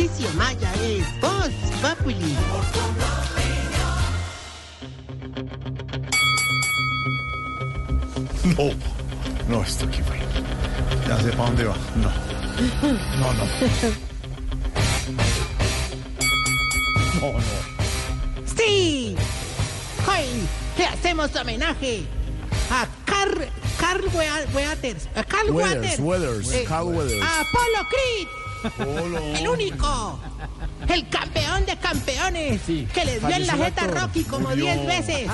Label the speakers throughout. Speaker 1: Tarcisio Maya es Voz Populi.
Speaker 2: No, no, esto aquí fue. Ya sé para dónde va. No. No, no. No, no.
Speaker 1: ¡Sí! Hoy le hacemos homenaje a Carl, Carl Wea- Weathers. A Carl
Speaker 3: Weathers,
Speaker 1: Weathers.
Speaker 3: Weathers,
Speaker 1: Eh,
Speaker 3: Carl Weathers.
Speaker 1: A Apollo Creed. El único. El campeón de campeones. Que les dio en la
Speaker 3: falleció el
Speaker 1: jeta a
Speaker 3: actor.
Speaker 1: Rocky como
Speaker 3: Murió.
Speaker 1: 10 veces.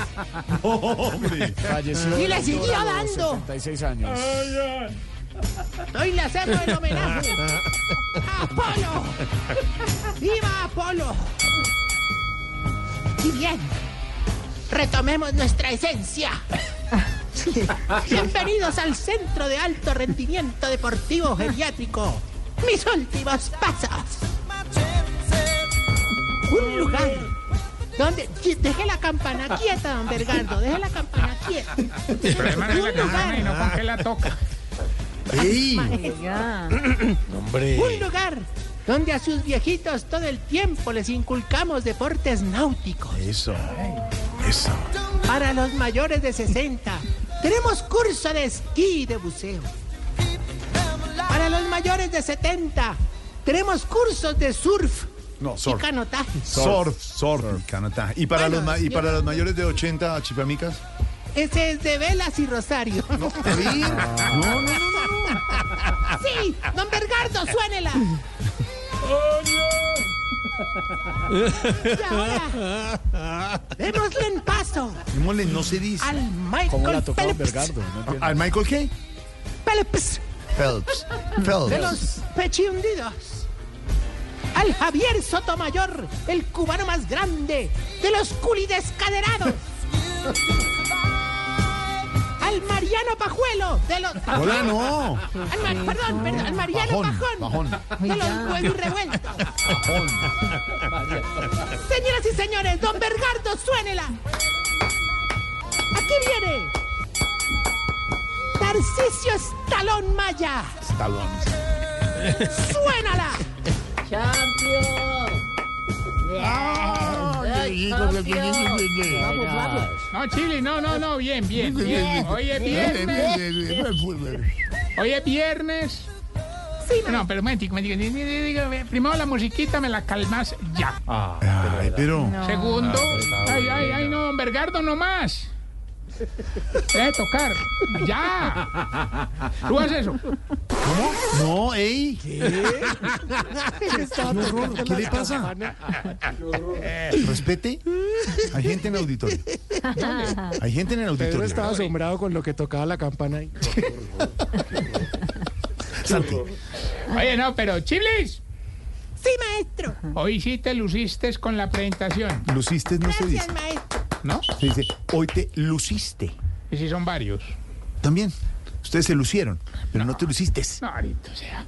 Speaker 2: Hombre.
Speaker 3: Falleció.
Speaker 1: Y le
Speaker 3: el
Speaker 1: siguió
Speaker 3: actor a los
Speaker 1: dando.
Speaker 3: 76 años.
Speaker 1: Hoy le hacemos el homenaje. a ¡Apolo! ¡Viva Apolo! Y bien, retomemos nuestra esencia. Bienvenidos al Centro de Alto Rendimiento Deportivo Geriátrico. Mis últimos pasos. Un lugar donde... Deje la campana quieta, don Bergardo. Deje la campana quieta. Un lugar... Un lugar donde a sus viejitos todo el tiempo les inculcamos deportes náuticos.
Speaker 2: Eso. Eso.
Speaker 1: Para los mayores de 60, tenemos curso de esquí y de buceo. Para los mayores de 70, tenemos cursos de surf
Speaker 2: No,
Speaker 1: y
Speaker 2: surf.
Speaker 1: canotaje.
Speaker 2: Surf, surf, y canotaje. ¿Y para,
Speaker 1: Bueno,
Speaker 2: los, ma- y
Speaker 1: señora.
Speaker 2: para los mayores de 80, chipamicas?
Speaker 1: Ese es de velas y rosario. Sí, don Bergardo, suénela. Y ahora, démosle en paso
Speaker 2: Démosle, no se dice.
Speaker 1: al
Speaker 3: ¿Cómo la
Speaker 1: Michael
Speaker 3: tocó
Speaker 1: Phelps,
Speaker 3: Bergardo? No entiendo.
Speaker 2: ¿Al Michael qué?
Speaker 1: Phelps
Speaker 2: Phelps.
Speaker 1: de
Speaker 2: Phelps.
Speaker 1: los pechihundidos. Al Javier Sotomayor, el cubano más grande de los culidescaderados. Al Mariano Pajuelo de los...
Speaker 2: Hola, no.
Speaker 1: Al Mar- perdón, perdón, al Mariano
Speaker 2: Bajón,
Speaker 1: Pajón.
Speaker 2: bajón.
Speaker 1: De los huevos revueltos.
Speaker 2: Pajón.
Speaker 1: Señoras y señores, don Bergardo, suénela. Aquí viene. Tarcisio Estalón Maya.
Speaker 2: Talones.
Speaker 1: Suénala.
Speaker 4: No, Chile, no, no, no, bien, bien, bien. Hoy es viernes. Hoy es viernes.
Speaker 1: Sí, ma-
Speaker 4: No, pero me Primero la musiquita me la calmas ya.
Speaker 2: Ay, pero.
Speaker 4: Segundo. Ay, ay, ay, no, don Bergardo, no más. Deja de tocar. Ya. Tú haces eso.
Speaker 2: No, ey.
Speaker 1: Estaba tocando
Speaker 2: ¿Qué le
Speaker 1: la
Speaker 2: pasa? Respete. Hay gente en el auditorio. Hay gente en el auditorio.
Speaker 3: Pedro estaba asombrado con lo que tocaba la campana ahí.
Speaker 2: Santi.
Speaker 4: Oye, no, pero Chilis,
Speaker 1: Sí, maestro.
Speaker 4: hoy sí te luciste con la presentación,
Speaker 2: Luciste no se dice.
Speaker 1: Gracias, maestro.
Speaker 4: ¿no?
Speaker 2: Se dice, hoy te luciste.
Speaker 4: Y si son varios.
Speaker 2: También. Ustedes se lucieron, pero no, te luciste.
Speaker 4: No, ahorita, o sea.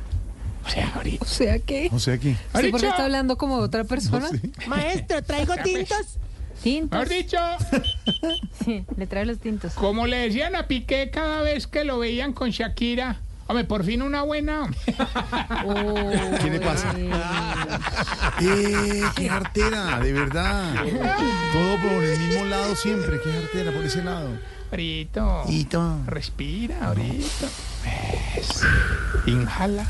Speaker 4: O sea, ahorita.
Speaker 5: O sea que.
Speaker 2: No sé aquí.
Speaker 5: ¿Sí, ¿Por qué
Speaker 4: Ahorita.
Speaker 5: está hablando como de otra persona?
Speaker 1: Maestro, traigo tintos.
Speaker 5: Tintos.
Speaker 4: Mejor dicho,
Speaker 5: Sí, le trae los tintos.
Speaker 4: como le decían a Piqué cada vez que lo veían con Shakira, hombre, por fin una buena. Ah,
Speaker 5: Oh,
Speaker 2: ¿Qué le pasa? ¡Eh! ¡Qué artera! De verdad. Todo por el mismo lado siempre. ¡Qué artera! Por ese lado.
Speaker 4: Ahorita,
Speaker 2: Y todo.
Speaker 4: respira, ahorita. Eso. Inhala.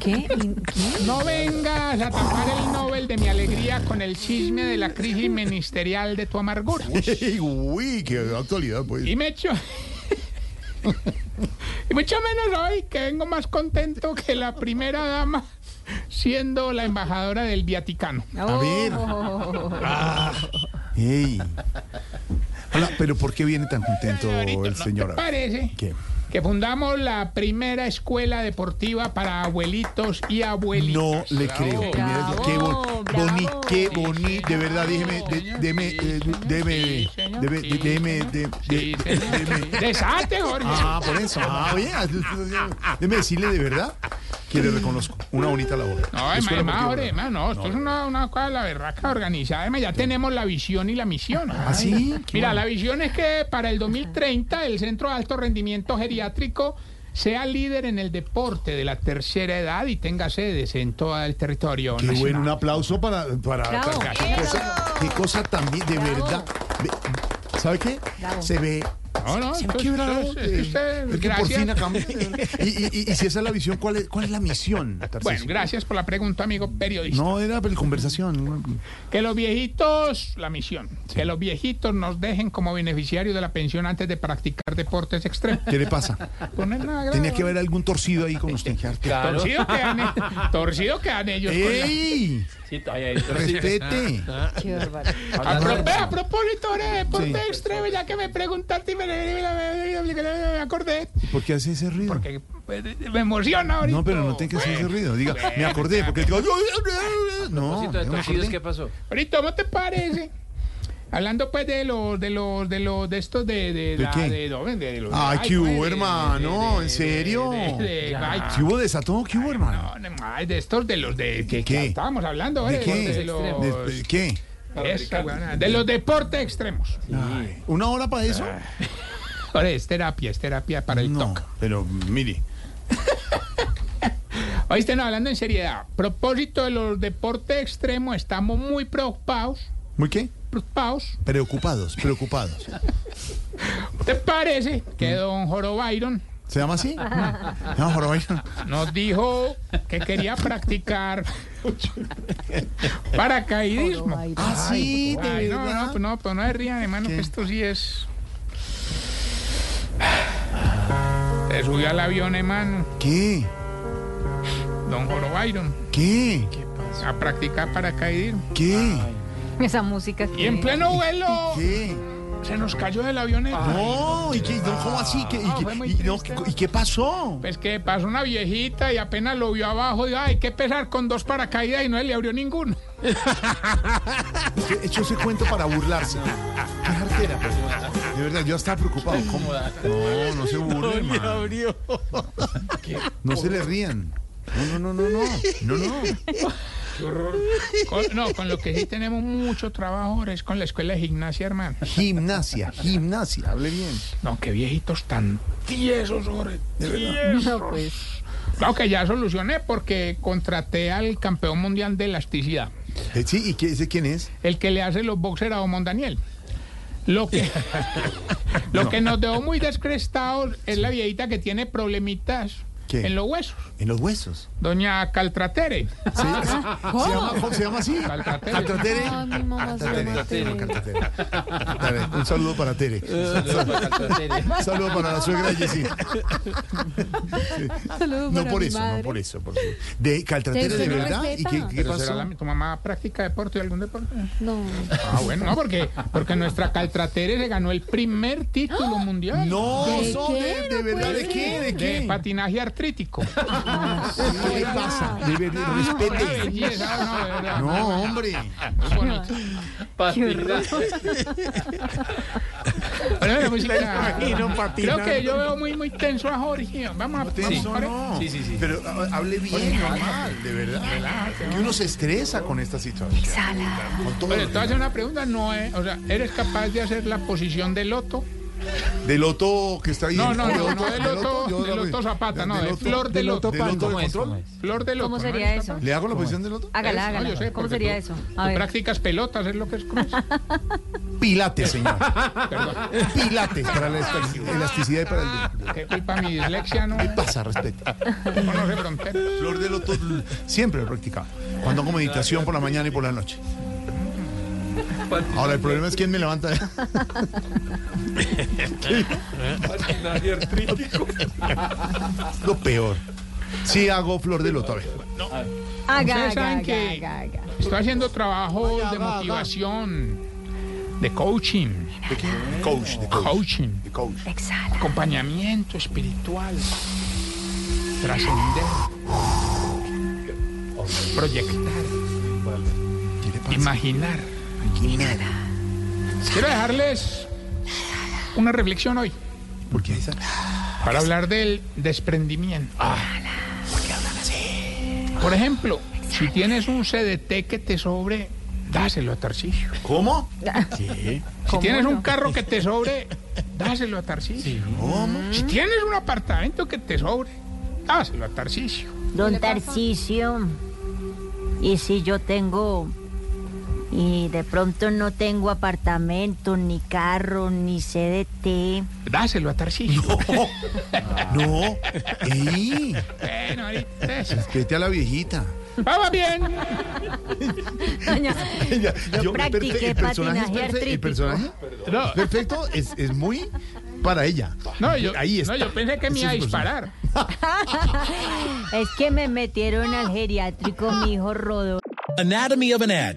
Speaker 5: ¿Qué? ¿Y- ¿Qué?
Speaker 4: No vengas a tapar el Nobel de mi alegría con el chisme de la crisis ministerial de tu amargura.
Speaker 2: Ey, ¡Uy! ¡Qué actualidad, pues!
Speaker 4: Y me echo... y mucho menos hoy, que vengo más contento que la primera dama siendo la embajadora del Vaticano.
Speaker 5: Oh,
Speaker 2: A ver. ¡Ey! Hola, pero ¿por qué viene tan contento
Speaker 4: Señorito,
Speaker 2: el
Speaker 4: ¿no
Speaker 2: señor?
Speaker 4: te parece
Speaker 2: ¿Qué?
Speaker 4: que que fundamos la primera escuela deportiva para abuelitos y abuelitas.
Speaker 2: No le creo. Primera-
Speaker 5: Bravo,
Speaker 2: qué bon-
Speaker 5: bravo.
Speaker 2: boni- qué boni- de verdad, déjeme, de-
Speaker 4: señor.
Speaker 2: deme,
Speaker 4: Sí,
Speaker 2: eh,
Speaker 4: señor.
Speaker 2: deme,
Speaker 4: Sí, señor.
Speaker 2: deme,
Speaker 4: Sí,
Speaker 2: deme,
Speaker 4: señor.
Speaker 2: de-
Speaker 4: Sí,
Speaker 2: de-
Speaker 4: señor.
Speaker 2: deme.
Speaker 4: Desate, Jorge.
Speaker 2: Ah, por eso. Ah, bien. Déjeme decirle de verdad que le reconozco una bonita labor.
Speaker 4: No, es
Speaker 2: Escuela
Speaker 4: más,
Speaker 2: Deportiva
Speaker 4: Jorge,
Speaker 2: Bravo.
Speaker 4: más, no, esto es una, una cosa de la berraca organizada. Además, ya tenemos la visión y la misión.
Speaker 2: ¿Ah, sí? Qué
Speaker 4: Mira,
Speaker 2: bueno.
Speaker 4: la visión es que para el 2030 el Centro de Alto Rendimiento Geriátrico sea líder en el deporte de la tercera edad y tenga sedes en todo el territorio
Speaker 2: Qué
Speaker 4: nacional.
Speaker 2: bueno, un aplauso para... para
Speaker 5: Bravo.
Speaker 2: para- qué, cosa, qué cosa también, de
Speaker 5: Bravo.
Speaker 2: verdad. Ve- ¿Sabe qué?
Speaker 5: Bravo.
Speaker 2: Se ve...
Speaker 4: No, no,
Speaker 2: se ve
Speaker 4: esto-
Speaker 2: qué bravo
Speaker 4: esto-
Speaker 2: de-
Speaker 4: esto-
Speaker 2: de que por
Speaker 4: gracias.
Speaker 2: fin acabó. y, y- y- y si esa es la visión, ¿cuál es, cuál es la misión?
Speaker 4: Bueno,
Speaker 2: Tarcisio?
Speaker 4: gracias por la pregunta, amigo periodista.
Speaker 2: No, era por conversación.
Speaker 4: Que los viejitos, la misión, que los viejitos nos dejen como beneficiarios de la pensión antes de practicar deportes extremos.
Speaker 2: ¿Qué le pasa?
Speaker 4: Pues no es nada grave.
Speaker 2: Tenía que haber algún torcido ahí con usted. qué arte.
Speaker 4: Torcido quedan, eh, torcido quedan ellos. con la-
Speaker 2: ¡Ey! Respete.
Speaker 5: Qué bárbaro.
Speaker 4: A, prope- a propósito, ahora de deporte
Speaker 2: Sí.
Speaker 4: extremo, ya que me preguntaste y me, me- me- me- me- me acordé,
Speaker 2: ¿Por qué hace ese ruido?
Speaker 4: porque eh, me emociona ahorita.
Speaker 2: No, pero no tiene que hacer ese ruido. Diga, me acordé, porque digo, no, no, me acordé.
Speaker 4: Ahorita, ¿cómo te parece? Hablando pues de los, de los, de los, de estos de, de,
Speaker 2: ¿De
Speaker 4: la-
Speaker 2: qué?
Speaker 4: de, no, de los-
Speaker 2: Ay, qué
Speaker 4: pues,
Speaker 2: hubo,
Speaker 4: de-
Speaker 2: hermano, ¿en serio?
Speaker 4: de- de- ay,
Speaker 2: ¿Qué hubo desató? ¿Qué hubo, hermano?
Speaker 4: no, no, ay, de estos de los de que, que
Speaker 2: ¿Qué?
Speaker 4: estábamos hablando,
Speaker 2: ¿De
Speaker 4: eh,
Speaker 2: qué?
Speaker 4: de los
Speaker 2: ¿De- de ¿Qué?
Speaker 4: esa, weona, de los deportes extremos.
Speaker 2: Ay, ¿Una hora para eso?
Speaker 4: Ahora es terapia, es terapia para el
Speaker 2: No,
Speaker 4: TOC.
Speaker 2: pero mire.
Speaker 4: Oíste, no, hablando en seriedad. Propósito de los deportes extremos, estamos muy preocupados.
Speaker 2: ¿Muy qué?
Speaker 4: Preocupados.
Speaker 2: Preocupados, preocupados.
Speaker 4: ¿Te parece que
Speaker 2: Mm.
Speaker 4: don Joro Byron
Speaker 2: ¿Se llama así? No, por favor.
Speaker 4: nos dijo que quería practicar paracaidismo?
Speaker 5: Ay,
Speaker 2: Ah, sí, de
Speaker 4: Ay, no, no,
Speaker 2: verdad.
Speaker 4: pues no, pues no se rían, hermano, que esto sí es. Se subió al avión, hermano,
Speaker 2: ¿Qué?
Speaker 4: don Joro Byron,
Speaker 2: ¿Qué?
Speaker 4: a practicar paracaidismo.
Speaker 2: ¿Qué?
Speaker 5: Esa música.
Speaker 4: Y en
Speaker 5: que-
Speaker 4: pleno vuelo
Speaker 2: ¿Qué?
Speaker 4: se nos cayó del avión. hermano.
Speaker 2: Ah. No, Ah, ¿y qué? No, ¿Cómo así? ¿Qué, y,
Speaker 4: No,
Speaker 2: qué-
Speaker 4: fue muy
Speaker 2: y no,
Speaker 4: triste,
Speaker 2: ¿y qué pasó?
Speaker 4: Pues que pasó una viejita y apenas lo vio abajo, dijo, ay, qué pesar con dos paracaídas y no le abrió ninguno.
Speaker 2: He hecho ese cuento para burlarse. Qué jartera, pues. De verdad, yo estaba preocupado. ¿Cómo? No, no se burlen, man. No se le rían. No, no, no, no, no. No, no.
Speaker 4: Con- no, con lo que sí tenemos mucho trabajo ahora es con la escuela de gimnasia, hermano.
Speaker 2: Gimnasia, gimnasia, hable bien.
Speaker 4: No, qué viejitos tan tiesos, Jorge.
Speaker 2: De verdad.
Speaker 5: No, pues.
Speaker 4: Claro que ya solucioné porque contraté al campeón mundial de elasticidad,
Speaker 2: Eh, Sí, ¿y qué, ese quién es?
Speaker 4: el que le hace los boxers a Don Daniel. Lo que, lo que nos dejó muy descrestados es la viejita que tiene problemitas
Speaker 2: ¿Qué?
Speaker 4: en los huesos.
Speaker 2: En los huesos.
Speaker 4: Doña Caltratere.
Speaker 5: Ah,
Speaker 2: Se,
Speaker 4: Oh.
Speaker 2: se llama, se llama así.
Speaker 4: Caltratere.
Speaker 2: Caltratere.
Speaker 5: Ay, mi mamá se llama
Speaker 2: Tere, no,
Speaker 5: Tere.
Speaker 2: Calcatere. Dale, Un saludo para Tere. Un saludo para la suegra de Jessy.
Speaker 5: Saludos
Speaker 2: No
Speaker 5: para
Speaker 2: por
Speaker 5: mi
Speaker 2: eso, no
Speaker 5: madre.
Speaker 2: por eso. por su- De Caltratere,
Speaker 5: Pero
Speaker 2: de
Speaker 5: usted no
Speaker 2: verdad. ¿Y
Speaker 5: respeta.
Speaker 2: qué, qué
Speaker 4: Pero será
Speaker 2: pasó?
Speaker 4: la- ¿Tu mamá practica deporte de algún deporte?
Speaker 5: No.
Speaker 4: Ah, bueno, no, porque, porque nuestra Caltratere se ganó el primer
Speaker 5: ¡Ah!
Speaker 4: título mundial.
Speaker 2: No,
Speaker 5: ¿De
Speaker 2: son
Speaker 5: qué?
Speaker 2: de, de
Speaker 5: No
Speaker 2: verdad,
Speaker 5: puede
Speaker 2: ¿de qué? ¿De
Speaker 4: De
Speaker 2: qué? Ah,
Speaker 4: patinaje artrítico.
Speaker 2: ¿Qué le pasa? De verdad,
Speaker 4: Una
Speaker 2: respete.
Speaker 4: belleza, no, de verdad.
Speaker 2: No, hombre.
Speaker 4: Muy bonito. Pero la música- Creo que yo veo muy, muy tenso a Jorge. Vamos a
Speaker 2: Tenso,
Speaker 4: vamos,
Speaker 2: no. Pero ah, hable bien, normal, de verdad. Que uno se estresa con esta situación. Con todo lo
Speaker 4: Oye, te voy a
Speaker 2: que-
Speaker 4: hacer una pregunta, no es, o sea, ¿eres capaz de hacer la posición de loto?
Speaker 2: Del Otto que está ahí.
Speaker 4: No,
Speaker 2: en-
Speaker 4: no,
Speaker 2: de
Speaker 4: no,
Speaker 2: Otto,
Speaker 4: no, del
Speaker 2: de
Speaker 4: Otto,
Speaker 2: Otto, yo
Speaker 4: del
Speaker 2: la voy-
Speaker 4: Otto Zapata, no,
Speaker 2: del
Speaker 4: de
Speaker 2: Otto-
Speaker 4: Flor del Otto.
Speaker 2: del Otto de control.
Speaker 4: Flor de loto.
Speaker 5: ¿Cómo
Speaker 4: ¿no
Speaker 5: sería
Speaker 4: eres
Speaker 5: eso?
Speaker 4: capaz?
Speaker 2: ¿Le hago la posición del Otto?
Speaker 5: Hágala,
Speaker 4: Ah, No, yo
Speaker 5: hágala.
Speaker 4: sé,
Speaker 5: ¿Cómo
Speaker 4: porque
Speaker 5: sería
Speaker 4: tú-
Speaker 5: eso?
Speaker 4: tú
Speaker 5: A ver.
Speaker 4: practicas pelotas, es lo que es. como-
Speaker 2: Pilates, señor.
Speaker 4: Perdón,
Speaker 2: Pilates para la elasticidad- elasticidad y para el...
Speaker 4: qué culpa mi dislexia, no,
Speaker 2: ¿Qué pasa, respecto?
Speaker 4: no conoce fronteras.
Speaker 2: Flor del Loto l- siempre lo he practicado. Cuando hago meditación por la mañana y por la noche. Ahora, el problema es quién me levanta. Lo peor. Sí hago flor de loto. A ver.
Speaker 5: Haga, haga,
Speaker 4: Ustedes saben
Speaker 5: haga,
Speaker 4: que-
Speaker 5: haga, haga.
Speaker 4: Estoy haciendo trabajos de motivación de coaching,
Speaker 2: ¿De qué? Coach, de coach.
Speaker 4: coaching,
Speaker 2: De coach.
Speaker 5: Exhala.
Speaker 4: acompañamiento espiritual, trascender, proyectar,
Speaker 2: ¿Qué le pasa?
Speaker 4: imaginar. Quiero dejarles una reflexión hoy
Speaker 2: ¿Por qué esa?
Speaker 4: para hablar del desprendimiento.
Speaker 2: Ah.
Speaker 4: Por ejemplo, si tienes un CDT que te sobre, dáselo a Tarcisio.
Speaker 2: ¿Cómo?
Speaker 4: Si
Speaker 5: ¿Cómo
Speaker 4: tienes
Speaker 5: no?
Speaker 4: un carro que te sobre, dáselo a Tarcisio. Si tienes un apartamento que te sobre, dáselo a Tarcisio.
Speaker 6: Don Tarcisio, y si yo tengo, y de pronto no tengo apartamento, ni carro, ni CDT,
Speaker 4: Dáselo a Tarcisio.
Speaker 2: No. ¡Ey!
Speaker 4: Bueno, ahorita es-
Speaker 2: Vete a la viejita.
Speaker 4: Vamos bien.
Speaker 2: Yo,
Speaker 6: practiqué
Speaker 2: perfe-
Speaker 6: patinaje
Speaker 2: perfe- El
Speaker 6: artrítico.
Speaker 2: personaje
Speaker 4: No,
Speaker 2: perfecto es, es muy para ella.
Speaker 4: no, yo,
Speaker 2: Ahí está.
Speaker 4: no, yo pensé que me
Speaker 2: Ese
Speaker 4: iba a
Speaker 2: es el personaje.
Speaker 4: disparar.
Speaker 6: es que me metieron al geriátrico mi hijo Rodolfo.
Speaker 7: Anatomy of an ad.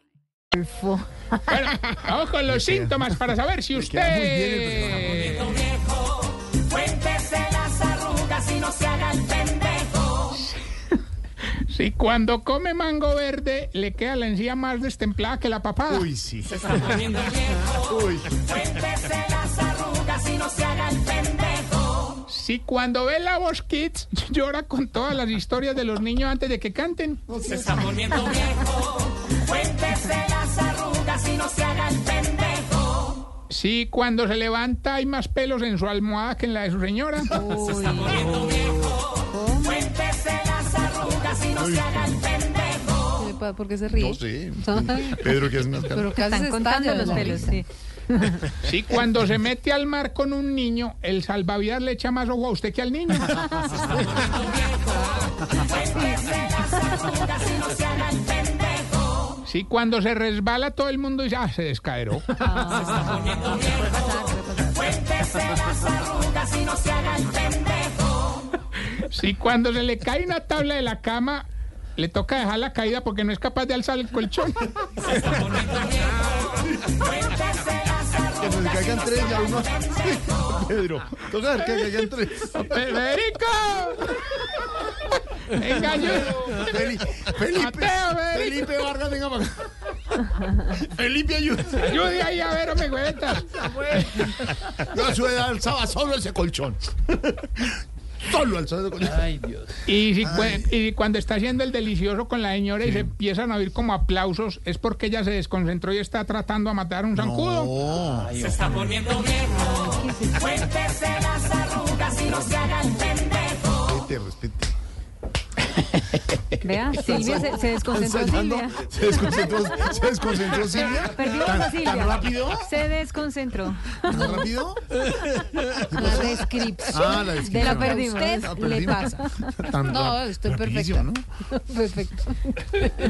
Speaker 4: Bueno, vamos con los síntomas para saber si usted.
Speaker 2: queda muy bien el personaje.
Speaker 4: Si cuando come mango verde le queda la encía más destemplada que la papada.
Speaker 2: Uy, sí. Ah, Uy,
Speaker 4: Si cuando ve la voz Kids llora con todas las historias de los niños antes de que canten. Si cuando se levanta hay más pelos en su almohada que en la de su señora.
Speaker 5: ¿Qué le pasa? ¿Por qué se ríe?
Speaker 2: no sé. Pedro, que es más caro.
Speaker 5: Pero casi
Speaker 6: Están
Speaker 5: se
Speaker 6: contando los pelos, sí.
Speaker 4: Si cuando se mete al mar con un niño, el salvavidas le echa más ojo a usted que al niño. Si cuando se resbala todo el mundo dice, ah, se descaeró. Si cuando se le cae una tabla de la cama, le toca dejar la caída porque no es capaz de alzar el colchón.
Speaker 2: Que se caigan tres, ya uno. Pedro, toca ver que caigan tres.
Speaker 4: ¡Federico! Venga, ayúdame.
Speaker 2: Feli- Felipe,
Speaker 4: Mateo, Federico.
Speaker 2: Felipe Vargas, venga para acá. Felipe, ayuda.
Speaker 4: Ayude ahí a ver, me cuentas.
Speaker 2: Yo a su edad alzaba solo ese colchón. Solo alzaba ese colchón.
Speaker 4: Y, si cu- y cuando está haciendo el delicioso con la señora y se empiezan a oír como aplausos, es porque ella se desconcentró y está tratando a matar a un zancudo.
Speaker 2: Respete, respete.
Speaker 5: Vea, Silvia se, se desconcentró
Speaker 2: Ensayando,
Speaker 5: Silvia.
Speaker 2: Se desconcentró, se desconcentró Silvia.
Speaker 5: Perdimos a
Speaker 2: ¿Tan,
Speaker 5: Silvia.
Speaker 2: ¿Tan rápido?
Speaker 5: Se desconcentró.
Speaker 2: ¿Tan rápido?
Speaker 8: La descripción
Speaker 2: Ah, la
Speaker 5: De la
Speaker 2: descripción.
Speaker 5: perdimos.
Speaker 8: usted
Speaker 2: Ah,
Speaker 8: le
Speaker 2: perdimos.
Speaker 8: pasa.
Speaker 2: Tan
Speaker 8: No,
Speaker 2: rap-
Speaker 8: estoy
Speaker 2: rapidísimo,
Speaker 8: perfecta.
Speaker 2: ¿no?
Speaker 8: Perfecto.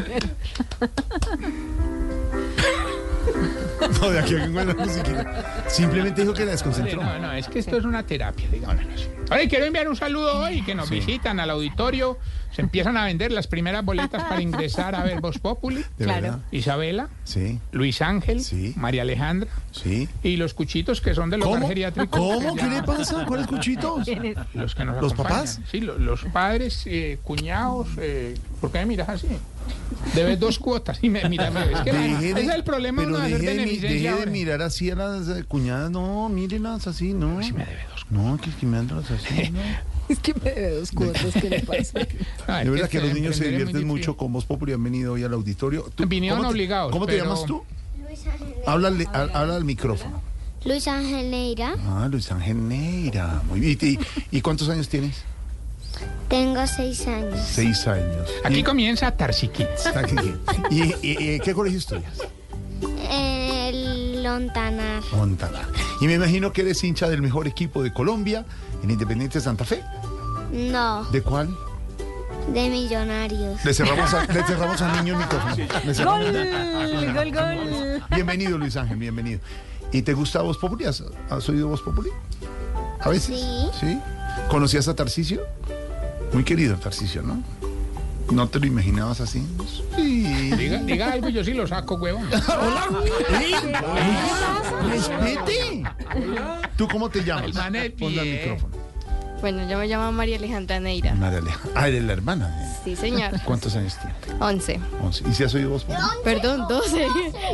Speaker 2: No, de aquí a que encuentre la musiquita. Simplemente dijo que la desconcentró.
Speaker 4: No, no, es que esto es una terapia, digámoslo así. Oye, quiero enviar un saludo hoy, que nos visitan al auditorio. Se empiezan a vender las primeras boletas para ingresar a ver Voz Populi.
Speaker 2: De
Speaker 5: Claro.
Speaker 2: verdad.
Speaker 4: Isabela,
Speaker 2: Sí,
Speaker 4: Luis Ángel,
Speaker 2: Sí.
Speaker 4: María Alejandra
Speaker 2: sí.
Speaker 4: y los cuchitos que son de los
Speaker 2: ¿Cómo?
Speaker 4: geriátricos.
Speaker 2: ¿Cómo?
Speaker 4: que
Speaker 2: ¿Qué le
Speaker 4: ya-
Speaker 2: pasa? ¿Cuáles cuchitos?
Speaker 4: Los que nos
Speaker 2: ¿Los
Speaker 4: acompañan.
Speaker 2: papás?
Speaker 4: Sí, lo- los padres, eh, cuñados. eh, ¿Por qué me miras así? Debes dos cuotas. Y me, mira, me- es que la-
Speaker 2: Deje
Speaker 4: ese
Speaker 2: de-
Speaker 4: es el problema
Speaker 2: pero
Speaker 4: uno de hacer
Speaker 2: deje de, mi-
Speaker 4: beneficencia
Speaker 2: deje de
Speaker 4: ahora.
Speaker 2: mirar así a las eh, cuñadas. No, mírenlas así, no.
Speaker 4: Me debe dos.
Speaker 2: No, que es que me andan así, no.
Speaker 8: Es que me veo dos cuotas, ¿qué le pasa?
Speaker 4: Ah, es
Speaker 2: De verdad que los
Speaker 4: este,
Speaker 2: niños se
Speaker 4: emprender es muy
Speaker 2: divierten mucho
Speaker 4: difícil.
Speaker 2: con Voz Populi, han venido hoy al auditorio. ¿Tú-
Speaker 4: Vinieron
Speaker 2: cómo te-
Speaker 4: obligados,
Speaker 2: ¿Cómo te
Speaker 4: pero-
Speaker 2: llamas tú? Háblale, ha- habla al micrófono.
Speaker 9: Luis Ángel Neira,
Speaker 2: Ah, Luis Ángel Neira. Muy bien. ¿Y, y- y cuántos años tienes?
Speaker 9: tengo seis años.
Speaker 2: Seis años.
Speaker 4: Aquí comienza Tarsi Kids.
Speaker 2: Está aquí. ¿Y, y- y- qué colegio estudias?
Speaker 9: El Lontanar.
Speaker 2: Montana. Y me imagino que eres hincha del mejor equipo de Colombia, en Independiente Santa Fe.
Speaker 9: No,
Speaker 2: ¿De cuál?
Speaker 9: de millonarios.
Speaker 2: Le cerramos, a, le cerramos al niño el micrófono. Le cerramos
Speaker 5: Gol,
Speaker 2: al niño.
Speaker 5: gol, gol.
Speaker 2: Bienvenido, Luis Ángel, bienvenido. ¿Y te gusta Voz Populi? ¿Has, has oído Voz Populi? ¿A veces?
Speaker 9: Sí.
Speaker 2: ¿Conocías a Tarcisio? Muy querido Tarcisio, ¿no? ¿No te lo imaginabas así? Sí.
Speaker 4: Diga, diga algo y yo sí lo saco, huevón.
Speaker 2: ¡Respete! ¿Tú cómo te llamas?
Speaker 4: Ay, mané,
Speaker 2: Ponle el
Speaker 4: bien.
Speaker 2: micrófono.
Speaker 10: Bueno, yo me llamo María Alejandra Neira.
Speaker 2: María Aleja. Ah, eres la hermana. de-
Speaker 10: Sí, señor.
Speaker 2: ¿Cuántos años tiene?
Speaker 10: 11.
Speaker 2: Once. ¿Y si has oído Voz Populi?
Speaker 10: Perdón, 12.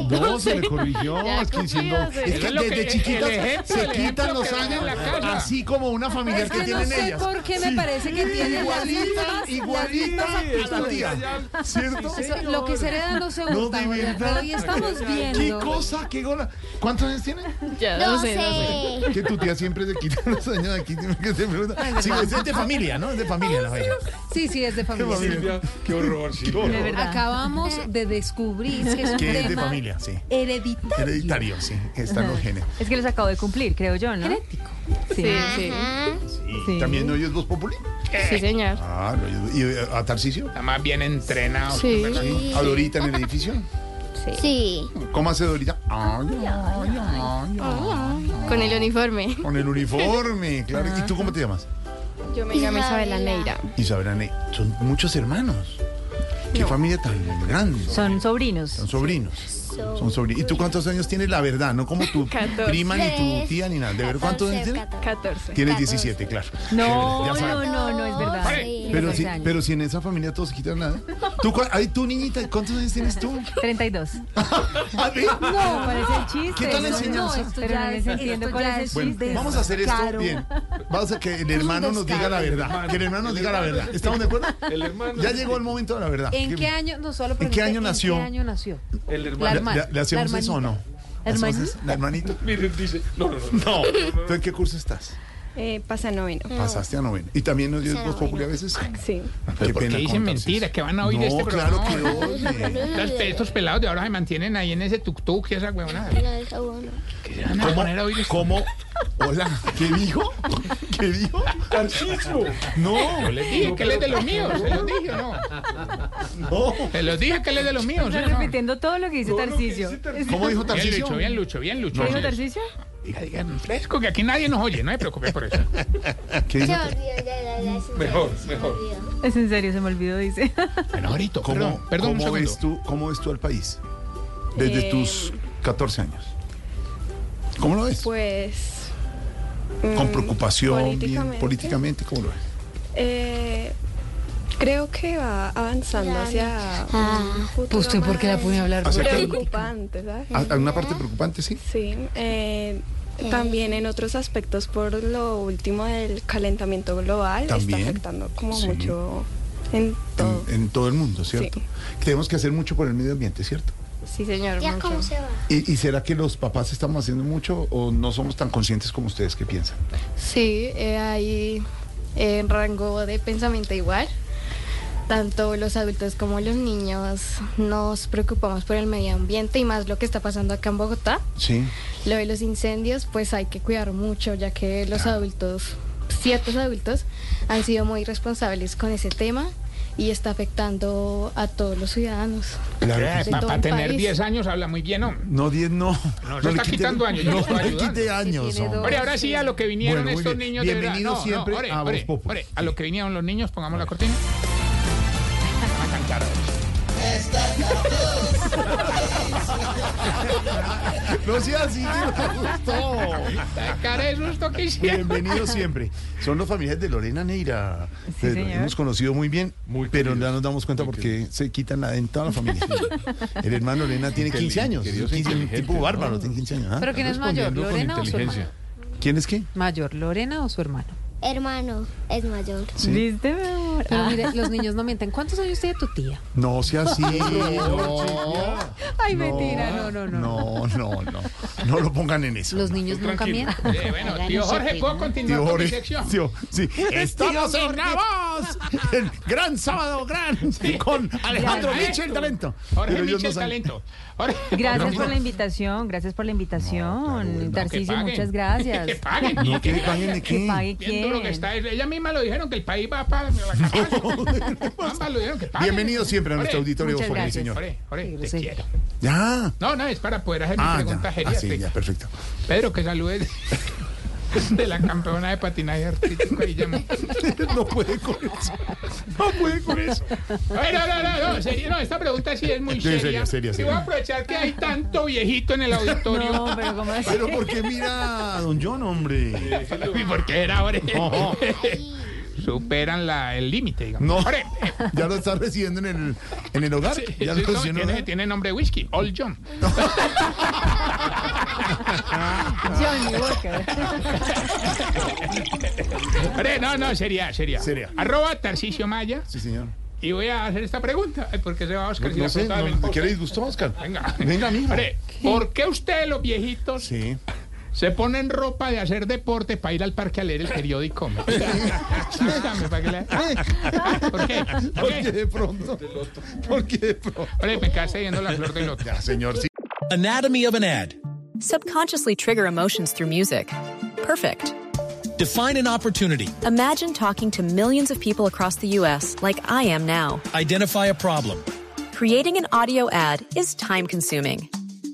Speaker 2: No, se le corrigió.
Speaker 10: Ya
Speaker 2: es que,
Speaker 10: cumplí
Speaker 2: siendo-
Speaker 10: doce.
Speaker 2: es
Speaker 4: Eso
Speaker 2: que
Speaker 4: es lo
Speaker 2: desde
Speaker 4: que-
Speaker 2: chiquitas
Speaker 4: el ejemplo,
Speaker 2: se
Speaker 4: el
Speaker 2: quitan
Speaker 4: ejemplo
Speaker 2: los
Speaker 4: que ven en
Speaker 2: años,
Speaker 4: la casa.
Speaker 2: así como una familiar
Speaker 8: Es
Speaker 2: que,
Speaker 8: que no
Speaker 2: tienen
Speaker 8: sé
Speaker 2: ellas.
Speaker 8: por qué me parece que tienen las
Speaker 2: Igualita,
Speaker 8: mismas-
Speaker 2: igualita
Speaker 8: las mismas
Speaker 2: a la tía. ¿Cierto?
Speaker 8: Eso- Lo que se hereda no se
Speaker 2: No,
Speaker 8: gusta.
Speaker 2: de verdad.
Speaker 8: Hoy estamos
Speaker 2: ¿Qué
Speaker 8: viendo.
Speaker 2: cosa? ¿Qué gola? ¿Cuántos años tiene?
Speaker 10: Ya, 12. 12.
Speaker 9: Doce.
Speaker 2: Que tu tía siempre se quita los años de aquí. Que se pregunta. Sí, pues, es de familia, ¿no? Es de familia la vaina.
Speaker 8: Sí, sí, es de familia.
Speaker 2: Qué horror, sí. Qué horror.
Speaker 5: verdad. Eh.
Speaker 8: Acabamos de descubrir que es un
Speaker 2: Que es de
Speaker 8: tema
Speaker 2: familia, sí.
Speaker 8: hereditario.
Speaker 2: Hereditario, sí. Están los genes.
Speaker 5: Es que les acabo de cumplir, creo yo, ¿no? Sí, sí.
Speaker 9: Ajá.
Speaker 2: Sí.
Speaker 5: Sí.
Speaker 2: ¿También no oyes Voz Populi?
Speaker 10: Sí, señor.
Speaker 2: Ah, lo oyes. ¿Y eh, a Tarcisio?
Speaker 4: Está más bien entrenado.
Speaker 10: Sí.
Speaker 2: Sí. ¿A Dorita en el edificio?
Speaker 9: Sí.
Speaker 2: ¿Cómo hace Dorita? Ay, ay, ay, ay.
Speaker 10: Con el uniforme.
Speaker 2: Con el uniforme, claro. ¿Y tú cómo te llamas?
Speaker 10: Yo me llamo Isabela Neira.
Speaker 2: Isabel Ane. Son muchos hermanos. Qué familia tan grande.
Speaker 5: Son sobrinos.
Speaker 2: Son sobrinos. Son sobrinos. ¿Y tú cuántos años tienes? La verdad, no como tu
Speaker 10: 14.
Speaker 2: prima ni tu tía ni nada. ¿De ver cuántos años
Speaker 9: Catorce,
Speaker 2: tienes?
Speaker 9: catorce.
Speaker 10: 14.
Speaker 2: Tienes
Speaker 9: 14.
Speaker 2: 17, claro.
Speaker 5: No,
Speaker 2: Ya
Speaker 5: no,
Speaker 2: sabes.
Speaker 5: no, no, es verdad.
Speaker 9: Sí.
Speaker 2: Pero si,
Speaker 5: 14 años.
Speaker 2: pero si en esa familia todos se quitan nada. ¿Tú, cua- ay, tú, niñita, ¿cuántos años tienes tú?
Speaker 5: 32.
Speaker 2: A ver.
Speaker 5: No, parece el chiste.
Speaker 2: ¿Qué tal
Speaker 5: No,
Speaker 2: enseñanza?
Speaker 5: no, Pero no les entiendo cuál es el
Speaker 2: Bueno,
Speaker 5: chiste.
Speaker 2: vamos a hacer esto
Speaker 8: descaro.
Speaker 2: bien. Vamos a que el hermano nos diga la verdad. Que el hermano nos diga la verdad. ¿Estamos de acuerdo? Ya llegó el momento de la verdad.
Speaker 8: ¿En qué año? No solo
Speaker 2: ¿En qué
Speaker 8: pregunté,
Speaker 2: año nació?
Speaker 8: ¿En qué año nació? El
Speaker 2: ¿Le, le- le hacemos eso o no? ¿Le hacemos
Speaker 8: ¿Hermanita?
Speaker 2: eso? ¿La hermanita? Miren, dice. No, no, no. ¿Tú en qué curso estás?
Speaker 10: Eh, pasa noveno.
Speaker 2: Pasaste a noveno. ¿Y también nos dio
Speaker 9: Pasa
Speaker 2: voz
Speaker 9: noveno.
Speaker 2: popular a veces?
Speaker 10: Sí.
Speaker 2: Qué
Speaker 4: ¿Por
Speaker 2: pena
Speaker 4: qué dicen
Speaker 2: con Tarcisio.
Speaker 4: mentiras? Que van a oír
Speaker 2: No,
Speaker 4: este
Speaker 2: claro
Speaker 4: programa.
Speaker 2: que oye.
Speaker 4: Las- pues, Estos pelados de ahora se mantienen ahí en ese tuk-tuk y esa huevonada.
Speaker 9: Lo del jabón.
Speaker 4: Que se van a poner a oír esto.
Speaker 2: ¿Cómo? Hola, ¿qué dijo? ¿Qué dijo? No,
Speaker 4: Yo les dije que él es de los míos. Se los dije, ¿o ¿no?
Speaker 2: no.
Speaker 4: Se los dije que él es de los míos. ¿sí
Speaker 5: Está
Speaker 4: o no? Bien,
Speaker 5: repitiendo todo lo que dice Tarcicio.
Speaker 2: ¿Cómo dijo Tarcisio?
Speaker 4: Lucho, bien, Lucho, bien, Lucho.
Speaker 5: ¿Qué dijo Tarcicio?
Speaker 4: Diga, diga, fresco, que aquí nadie nos oye. No se preocupe por eso.
Speaker 2: ¿Qué
Speaker 9: Se
Speaker 2: dijo?
Speaker 9: me olvidó, ya, ya, ya, se me olvidó, se me olvidó.
Speaker 5: Es en serio, se me olvidó, dice.
Speaker 4: Bueno, ahorita,
Speaker 2: ¿Cómo,
Speaker 4: perdón, perdón un
Speaker 2: cómo
Speaker 4: segundo.
Speaker 2: ves tú, ¿Cómo ves tú al país? Desde
Speaker 10: Eh,
Speaker 2: tus 14 años. ¿Cómo lo ves?
Speaker 10: Pues.
Speaker 2: Con
Speaker 10: mm,
Speaker 2: preocupación, bien, políticamente, ¿cómo lo ves?
Speaker 10: Eh, creo que va avanzando hacia. un
Speaker 9: Ah,
Speaker 10: futuro
Speaker 8: Pues usted, ¿por qué la
Speaker 10: más
Speaker 8: pone a hablar?
Speaker 2: Hacia qué-
Speaker 10: Preocupante, ¿sabes?
Speaker 2: ¿A- ¿Alguna parte preocupante, sí?
Speaker 10: Sí, eh, también en otros aspectos por lo último del calentamiento global
Speaker 2: También.
Speaker 10: está afectando como
Speaker 2: Sí.
Speaker 10: mucho en todo.
Speaker 2: En, en todo el mundo, ¿cierto?
Speaker 10: Sí.
Speaker 2: Tenemos que hacer mucho por el medio ambiente, ¿cierto?
Speaker 10: Sí, señor.
Speaker 9: ya cómo se va.
Speaker 2: ¿Y, y será que los papás estamos haciendo mucho o no somos tan conscientes como ustedes que piensan?
Speaker 10: Sí, eh, hay eh, rango de pensamiento igual. Tanto los adultos como los niños nos preocupamos por el medio ambiente y más lo que está pasando acá en Bogotá.
Speaker 2: Sí.
Speaker 10: Lo de los incendios, pues hay que cuidar mucho, ya que los
Speaker 2: Claro.
Speaker 10: adultos, ciertos adultos, han sido muy responsables con ese tema y está afectando a todos los ciudadanos.
Speaker 2: Claro. que sí.
Speaker 10: todo
Speaker 4: Para
Speaker 10: el
Speaker 4: tener
Speaker 10: país.
Speaker 4: 10 años habla muy bien, hombre.
Speaker 2: No, 10 no.
Speaker 4: No, se
Speaker 2: le
Speaker 4: está
Speaker 2: quite-
Speaker 4: quitando años, yo
Speaker 2: No,
Speaker 4: le estoy
Speaker 2: no le
Speaker 4: ayudando.
Speaker 2: quite años.
Speaker 5: tiene
Speaker 2: hombre.
Speaker 5: dos.
Speaker 4: Hombre, ahora sí a lo que vinieron
Speaker 2: Bueno, muy
Speaker 4: estos
Speaker 2: bien.
Speaker 4: niños de verdad.
Speaker 2: Bienvenidos siempre
Speaker 4: ore,
Speaker 2: a
Speaker 4: ore,
Speaker 2: Voz Populi.
Speaker 4: ore, a lo que vinieron los niños, pongamos la cortina. Van a cantar ahora.
Speaker 2: No sea así, que no me gustó.
Speaker 4: Esta cara de susto que hicieron.
Speaker 2: Bienvenidos siempre. Son los familiares de Lorena Neira.
Speaker 5: Sí,
Speaker 2: Eh,
Speaker 5: señor.
Speaker 2: hemos conocido muy bien, pero ya nos damos cuenta porque se quitan la en toda la familia. El hermano Lorena tiene 15 años. es 15, un tipo bárbaro, tiene 15 años. ¿ah?
Speaker 8: ¿Pero quién es mayor, Lorena o su hermano?
Speaker 2: ¿Quién es qué?
Speaker 8: ¿Mayor, Lorena o su hermano?
Speaker 9: Hermano, es mayor.
Speaker 2: Sí.
Speaker 5: ¿Viste, mi amor?
Speaker 8: Pero
Speaker 5: Ah.
Speaker 8: mire, los niños no mienten. ¿Cuántos años tiene tu tía?
Speaker 2: No sea así. No,
Speaker 8: Ay, mentira, no, no, no.
Speaker 2: no, no, no. No lo pongan en eso.
Speaker 8: Los niños nunca mienten.
Speaker 4: Eh, bueno, tío Jorge, ¿puedo continuar
Speaker 2: Tío
Speaker 4: con mi
Speaker 2: Jorge.
Speaker 4: sección?
Speaker 2: Tío, sí. Estamos
Speaker 4: Tío
Speaker 2: en
Speaker 4: Jorge.
Speaker 2: Estamos en gran sábado, gran, con Alejandro Michel Talento.
Speaker 4: Jorge
Speaker 2: Pero ellos
Speaker 4: Michel
Speaker 2: no saben-
Speaker 4: Talento. Jorge-
Speaker 5: Gracias
Speaker 4: No,
Speaker 5: por la invitación, gracias por la invitación. Tarcisio,
Speaker 4: paguen.
Speaker 5: muchas gracias.
Speaker 4: Que paguen.
Speaker 2: No, que paguen de
Speaker 5: Que
Speaker 2: qué.
Speaker 5: pague
Speaker 4: Bien duro que
Speaker 5: quién.
Speaker 4: está. Ella misma lo dijeron que el país va para la Ambas lo dijeron que paguen.
Speaker 2: Bienvenidos siempre a nuestro
Speaker 4: Jorge,
Speaker 2: auditorio
Speaker 5: muchas
Speaker 2: Fomel,
Speaker 5: gracias.
Speaker 2: señor.
Speaker 4: Jorge, Jorge, te
Speaker 5: grosero.
Speaker 4: quiero.
Speaker 2: Ya.
Speaker 4: No, no, es para poder hacer mi
Speaker 2: Ah, ya.
Speaker 4: pregunta
Speaker 2: Ah, sí,
Speaker 4: geriátrica.
Speaker 2: ya, perfecto.
Speaker 4: Pedro, que saludes de la campeona de patinaje artístico y llamo.
Speaker 2: No puede con eso. No puede con eso.
Speaker 4: Ay, No, no, no, no, serio, no, esta pregunta sí es muy
Speaker 2: Sí,
Speaker 4: seria.
Speaker 2: seria, seria,
Speaker 4: Y
Speaker 2: seria.
Speaker 4: voy a aprovechar que hay tanto viejito en el auditorio.
Speaker 5: No, pero ¿cómo así?
Speaker 2: Pero porque mira a don John, hombre.
Speaker 4: ¿Y por qué era, ahora?
Speaker 2: No.
Speaker 4: Superan la, el límite, digamos.
Speaker 2: No.
Speaker 4: Ore, eh,
Speaker 2: Ya lo está recibiendo en el, en el hogar. Ya lo ¿eh?
Speaker 4: sí,
Speaker 2: recibió
Speaker 4: no,
Speaker 2: en el
Speaker 4: tiene,
Speaker 2: hogar.
Speaker 4: tiene nombre de whisky, Old John.
Speaker 5: Johnny Walker.
Speaker 4: Ore, no, no, sería, sería.
Speaker 2: Seria.
Speaker 4: Arroba Tarcicio Maya.
Speaker 2: Sí, señor.
Speaker 4: Y voy a hacer esta pregunta. Ay, porque se va a Oscar?
Speaker 2: No,
Speaker 4: si
Speaker 2: no
Speaker 4: la
Speaker 2: sé,
Speaker 4: pregunta vale
Speaker 2: no,
Speaker 4: poco.
Speaker 2: ¿qué le disgustó, Oscar?
Speaker 4: Venga.
Speaker 2: Venga, mijo.
Speaker 4: Ore, ¿por qué ustedes los viejitos
Speaker 2: Sí.
Speaker 4: se ponen ropa de hacer deporte para ir al parque a leer el periódico? hombre? Cuéntame, ¿para qué le- Ah, ¿Por qué? ¿Por
Speaker 2: Porque
Speaker 4: qué?
Speaker 2: de pronto. Porque de pronto.
Speaker 4: Ore, me quedaste viendo la flor del otro.
Speaker 2: Ya, señor, sí.
Speaker 7: Anatomy of an ad.
Speaker 11: Subconsciously trigger emotions through music. Perfect.
Speaker 7: Define an opportunity.
Speaker 11: Imagine talking to millions of people across the U.S. like I am now.
Speaker 7: Identify a problem.
Speaker 11: Creating an audio ad is time consuming.